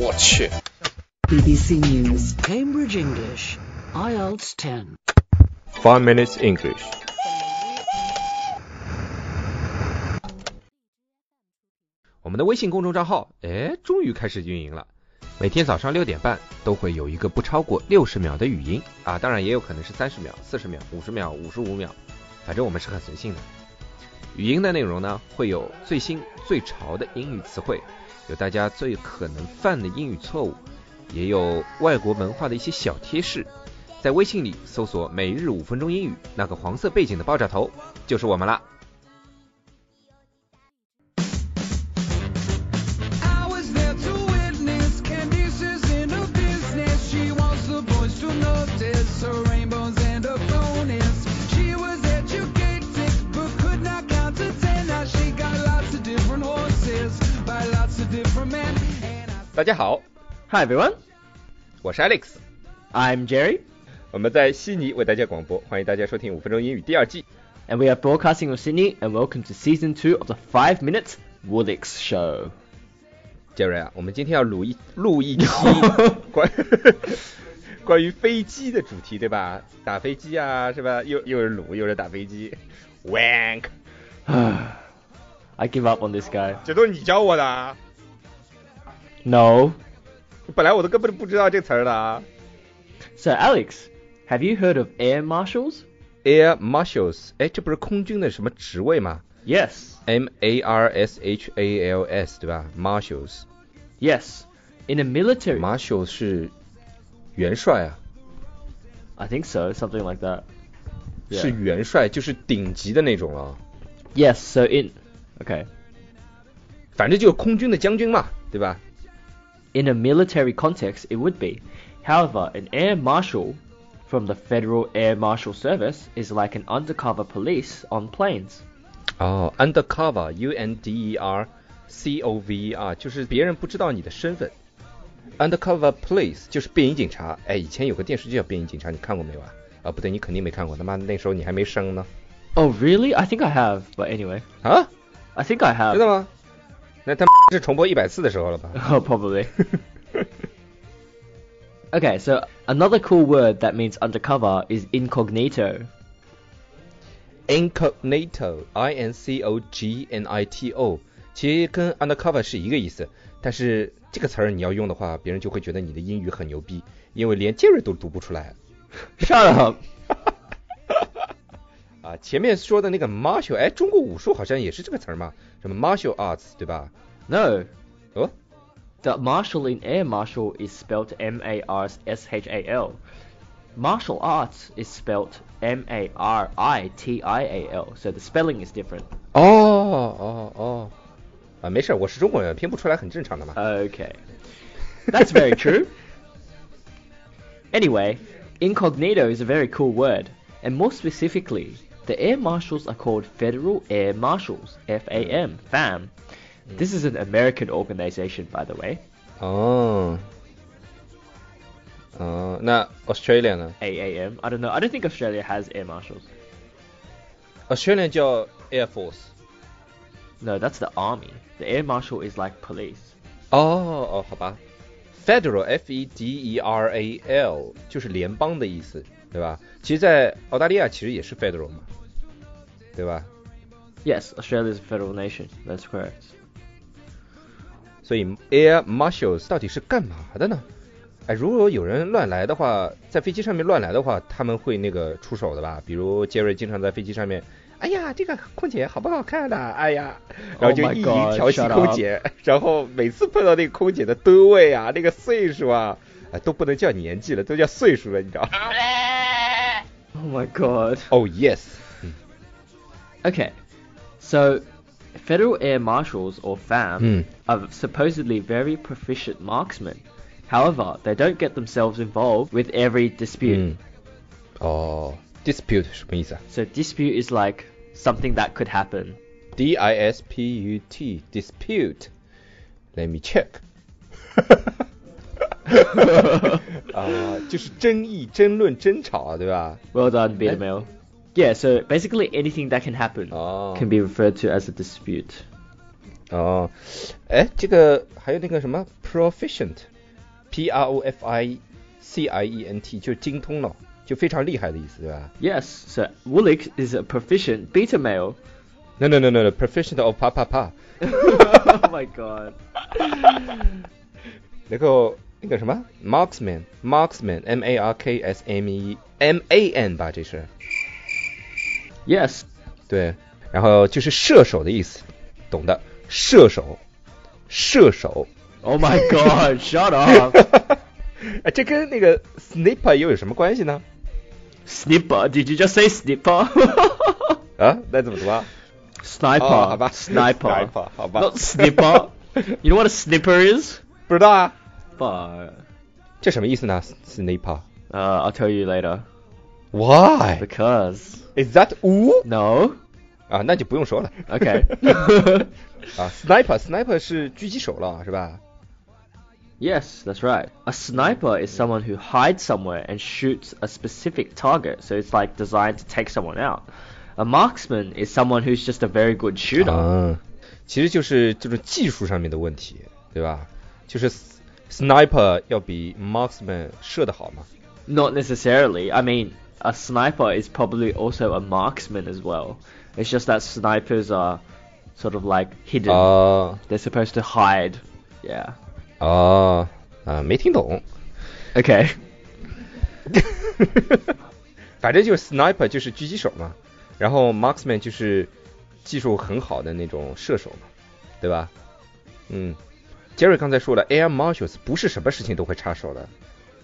我去， BBC News, Cambridge English, IELTS 10. Five minutes English. 我们的微信公众账号，哎，终于开始运营了。每天早上六点半都会有一个不超过六十秒的语音啊，当然也有可能是三十秒、四十秒、五十秒、五十五秒，反正我们是很随性的。语音的内容呢，会有最新最潮的英语词汇，有大家最可能犯的英语错误，也有外国文化的一些小贴士。在微信里搜索“每日五分钟英语”，那个黄色背景的爆炸头就是我们啦。 I was there to witness Candice is in her business. She wants the boys to notice her rainbows and her bonus. She was educated but could not count to ten. Now she got lots of different horses by lots of different men. And I 大家好， Hi everyone, 我是 Alex， I'm Jerry, 我们在悉尼为大家广播，欢迎大家收听五分钟英语第二季。 and we are broadcasting from Sydney, and welcome to season two of the Five Minutes Woolix Show. 杰瑞啊，我们今天要录一 录一期关 关于飞机的主题，对吧？打飞机啊，是吧？又又是撸，又是打飞机，wank， I give up on this guy. 这都是你教我的，啊， No. 本来我都根本不知道这词儿的啊。 So Alex, have you heard of air marshals? Air Marshals，哎，这不是空军的什么职位吗 Yes. ？M A R S H A L S，对吧？Marshals，Marshals Yes. In the military, 是元帅啊， I think so, something like that. 是元帅，就是顶级的那种了、 Yes. So in, okay, 反正就是空军的将军嘛，对吧？ in a military context, it would be. However, an air marshal from the Federal Air Marshal Service is like an undercover police on planes. 哦，undercover，U N D E R C O V E R，就是别人不知道你的身份。Undercover police 就是便衣警察。哎，以前有个电视剧叫《便衣警察》，你看过没有啊？啊，不对，你肯定没看过，他妈那时候你还没生呢。 Oh, really? I think I have, but anyway, 啊， I think I 知道 have. 吗？那他妈是重播一百次的时候了 吧？ Oh, probably. okay, so another cool word that means undercover is incognito. Incognito，I N C O G N I T O，其实跟 undercover 是一个意思，但是这个词儿你要用的话，别人就会觉得你的英语很牛逼，因为连 Jerry 都读不出来 Shut up. 啊。前面说的那个 martial，哎，中国武术好像也是这个词儿嘛，什么 martial arts，对吧？ No. 哦 The marshal in air marshal is spelled M A R S H A L. Martial arts is spelled M A R I T I A L, so the spelling is different. 哦哦哦，啊，没事儿，我是中国人，拼不出来很正常的嘛。 Okay. That's very true. Anyway, incognito is a very cool word, and more specifically, the air marshals are called Federal Air Marshals, FAM, FAM. This is an American organization, by the way, 哦，哦，那 Australia 呢 AAM. I don't know. I don't think Australia has air marshals. ？Australia 叫 Air Force。 No, that's the army. The air marshal is like police. 哦哦，好吧，federal f e d e r a l 就是联邦的意思，对吧？其实，在澳大利亚其实也是 federal 嘛，对吧？ Yes, Australia is a federal nation. That's correct. 所以 air marshals 到底是干嘛的呢？哎，如果有人乱来的话，在飞机上面乱来的话，他们会那个出手的吧？比如杰瑞经常在飞机上面，哎呀，这个空姐好不好看啊？哎呀，然后就 Oh my 意淫 God，调戏 shut 空姐，然后每次碰到那个空姐的吨位啊，那个岁数啊，哎，都不能叫年纪了，都叫岁数了，你知道吗？ Oh my god. Oh yes， Okay, so Federal Air Marshals, or FAM, Mm. are supposedly very proficient marksmen. However, they don't get themselves involved with every dispute. 嗯，哦，dispute 什么意思啊 So, dispute is like something that could happen. ？D I S P U T dispute。Let me check 。啊，就是争议、争论、争吵啊，对吧？ Well done, Beta Male. Oh. Yeah, so basically anything that can happen 哦 can be referred to as a dispute. 哦，哎，这个还有那个什么 proficient，P R O F I C I E N T，就是精通了，就非常厉害的意思，对吧 Yes, so Wulik is a proficient beta male. ？No no no no no，proficient of 啪啪啪， oh my god. 然后那个什么 marksman，marksman，M A R K S M E M A N 吧，这是 Yes, 对，然后就是射手的意思，懂的，射手，射手。 Oh my god, shut up. 哎，这跟那个 sniper 又有什么关系呢？ Snipper, did you just say snipper? 啊，那怎么读啊？ sniper, 哦好吧 sniper. Sniper，好吧 Not snipper. you know what a snipper is? 不知道啊， But, 这什么意思呢？sniper。 uh, I'll tell you later. Why Because. is that u？ No? 啊，那就不用说了 Okay. 啊，sniper sniper 是狙击手了，是吧？ yes, that's right. A sniper is someone who hides somewhere and shoots a specific target, so it's like designed to take someone out. A marksman is someone who's just a very good shooter. 啊，其实就是这种技术上面的问题，对吧？就是 s- sniper 要比 marksman 射得好嘛。 Not necessarily. I mean, a sniper is probably also a marksman as well. It's just that snipers are sort of like hidden. 啊 They're supposed to hide. Yeah. 啊啊，没听懂。 Okay. 反正就是 sniper 就是狙击手嘛，然后 marksman 就是技术很好的那种射手嘛，对吧？嗯，Jerry 刚才说了，air marshals 不是什么事情都会插手的，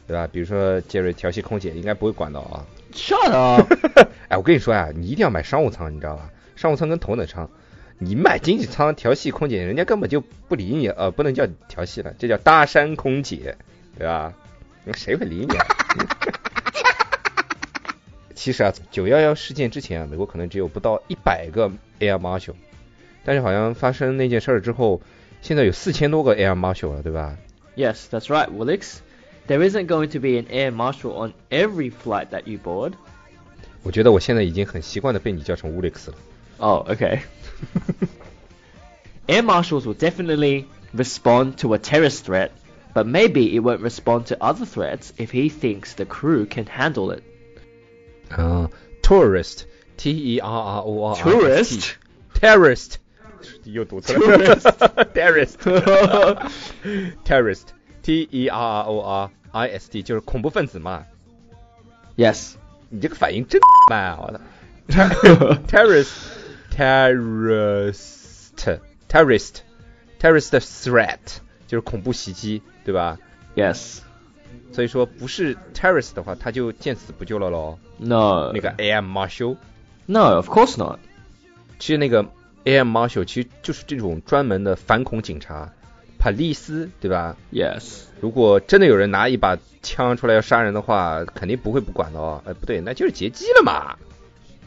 对吧？比如说 Jerry 调戏空姐应该不会管到啊。 Shut up. 哎，我跟你说啊，你一定要买商务舱，你知道吧？商务舱跟头等舱，你买经济舱调戏空姐，人家根本就不理你，呃，不能叫调戏了，这叫搭讪空姐，对吧？那谁会理你啊？ 其实啊，九幺幺事件之前啊，美国可能只有不到一百个 Air Marshal，但是好像发生那件事儿之后，现在有四千多个 Air Marshal 了，对吧？ yes, that's right, Willix. There isn't going to be an air marshal on every flight that you board. 我觉得我现在已经很习惯的被你叫成 u l i x 了。 Oh, okay. air marshals will definitely respond to a terrorist threat, but maybe it won't respond to other threats if he thinks the crew can handle it. 啊、t o u r i s t T E R R O Oh, R Tourist? Terrorist，又读错了。Terrorist，Terrorist，T E R R O R I S T，就是恐怖分子嘛。 yes. 你这个反应真慢啊！ 我操，Terrorist，Terrorist，Terrorist threat 就是恐怖袭击，对吧？ Yes. 所以说不是 terrorist 的话，他就见死不救了喽。 No. 那个 Air Marshal， No, of course not. 其实那个 Air Marshal 其实就是这种专门的反恐警察，帕利斯，对吧？ Yes. 如果真的有人拿一把枪出来要杀人的话，肯定不会不管的哦。哎，不对，那就是劫机了嘛。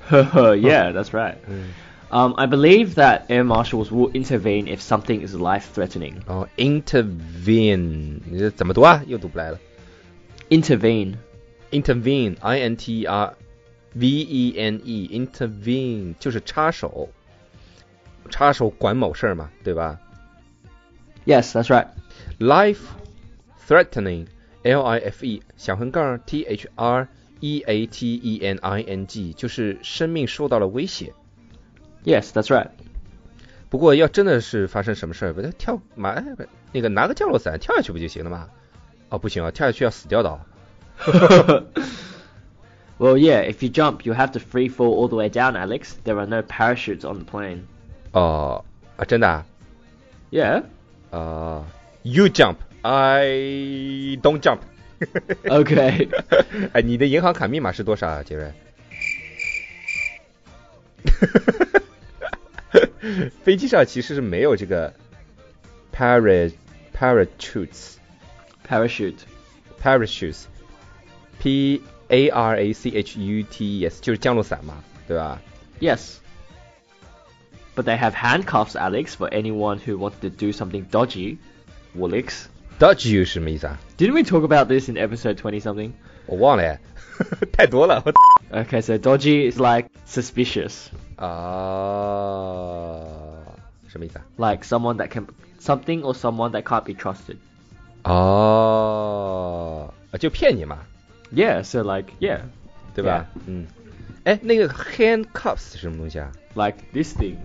yeah, that's right. 嗯， Um, I believe that air marshals will intervene if something is life threatening. 然后 intervene，你这怎么读啊？又读不来了。 Intervene. intervene，i n t r v e n e，intervene 就是插手，插手管某事儿嘛，对吧 Yes, that's right. ？life threatening，l i f e 小横杠 t h r e a t e n i n g 就是生命受到了威胁。 Yes, that's right. 不过要真的是发生什么事儿，不就跳马哎不那个拿个降落伞跳下去不就行了吗？哦，不行啊，跳下去要死掉的啊。 Well, yeah, if you jump, you'll have to free fall all the way down, Alex. There are no parachutes on the plane. 哦啊，真的啊 Yeah. 啊，You jump, I don't jump 。 Okay. 哎，你的银行卡密码是多少啊，杰瑞？ 飞机上其实是没有这个 para parachutes Parachute. parachutes p a r a c h u t e s 就是降落伞嘛，对吧？ Yes. But they have handcuffs, Alex, for anyone who wanted to do something dodgy. Woolix. Dodge you 是什么意思啊？ Didn't we talk about this in episode 20 something? 我忘了 哎，太多了。我 Okay, so dodgy is like suspicious. 啊，什么意思啊？ like someone that can something or someone that can't be trusted. 哦，呃啊就骗你嘛， Yeah, so like yeah, 对吧？嗯，哎，那个 handcuffs 是什么东西啊？ like this thing.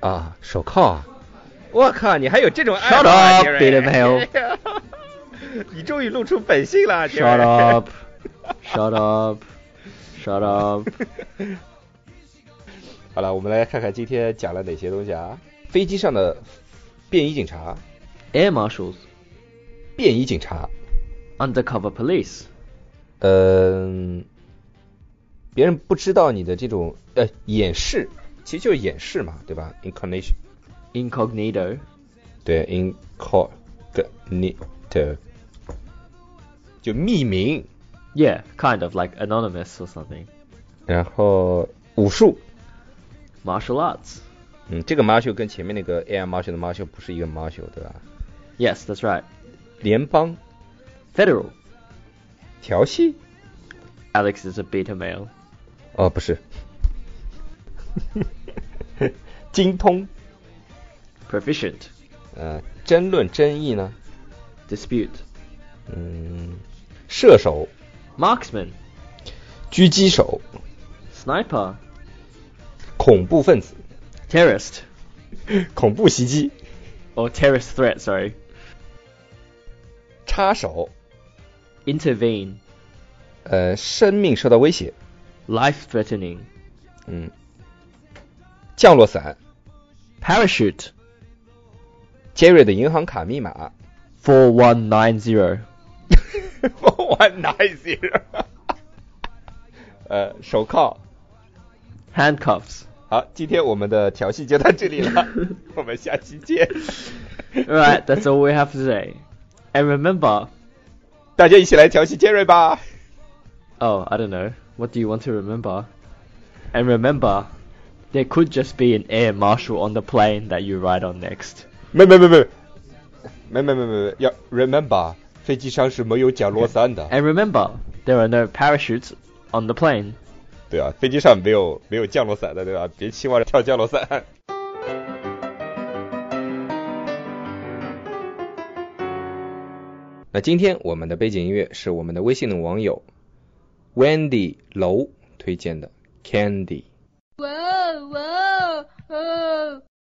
啊，手铐啊！我靠，你还有这种爱 Shut 好啊 up, 杰瑞 beta male. 你终于露出本性了，杰瑞 Shut up. Shut up. Shut up. 好了，我们来看看今天讲了哪些东西啊？飞机上的便衣警察， Air marshals, 便衣警察， undercover police. 嗯、别人不知道你的这种呃掩饰，其实就是掩饰嘛，对吧？Incarnation， Incognito, 对，incognito，就匿名。 yeah, kind of like anonymous or something. 然后武术， Martial arts, 嗯，这个 Marshall 跟前面那个 Air Marshall 的 Marshall 不是一个 Marshall，对吧？ yes, that's right. 联邦 Federal. 调戏， Alex is a beta male. 哦，不是， 精通， Proficient. 呃，争论争议呢， Dispute. 嗯，射手， Marksman. 狙击手， Sniper. 恐怖分子， Terrorist. 恐怖袭击， Or terrorist threat, sorry. 插手， Intervene. 呃，生命受到威胁， Life threatening. 嗯，降落伞 Parachute. ，Jerry 的银行卡密 码 4190. ，one nine zero，呃，手铐。 Handcuffs. 好，今天我们的调戏就到这里 了，我们下期见， Alright, that's all we have today. And remember. 大家一起来调戏杰瑞吧。 Oh, I don't know. What do you want to remember? And remember, there could just be an air marshal on the plane that you ride on next. 没没没没，没没没没没，要 remember，飞机上是没有降落伞的。 And remember, there are no parachutes on the plane. 对啊，飞机上没有没有降落伞的，对吧？别期望着跳降落伞。 那今天我们的背景音乐是我们的微信的网友 Wendy 楼推荐的 Candy。 Whoa, whoa, whoa.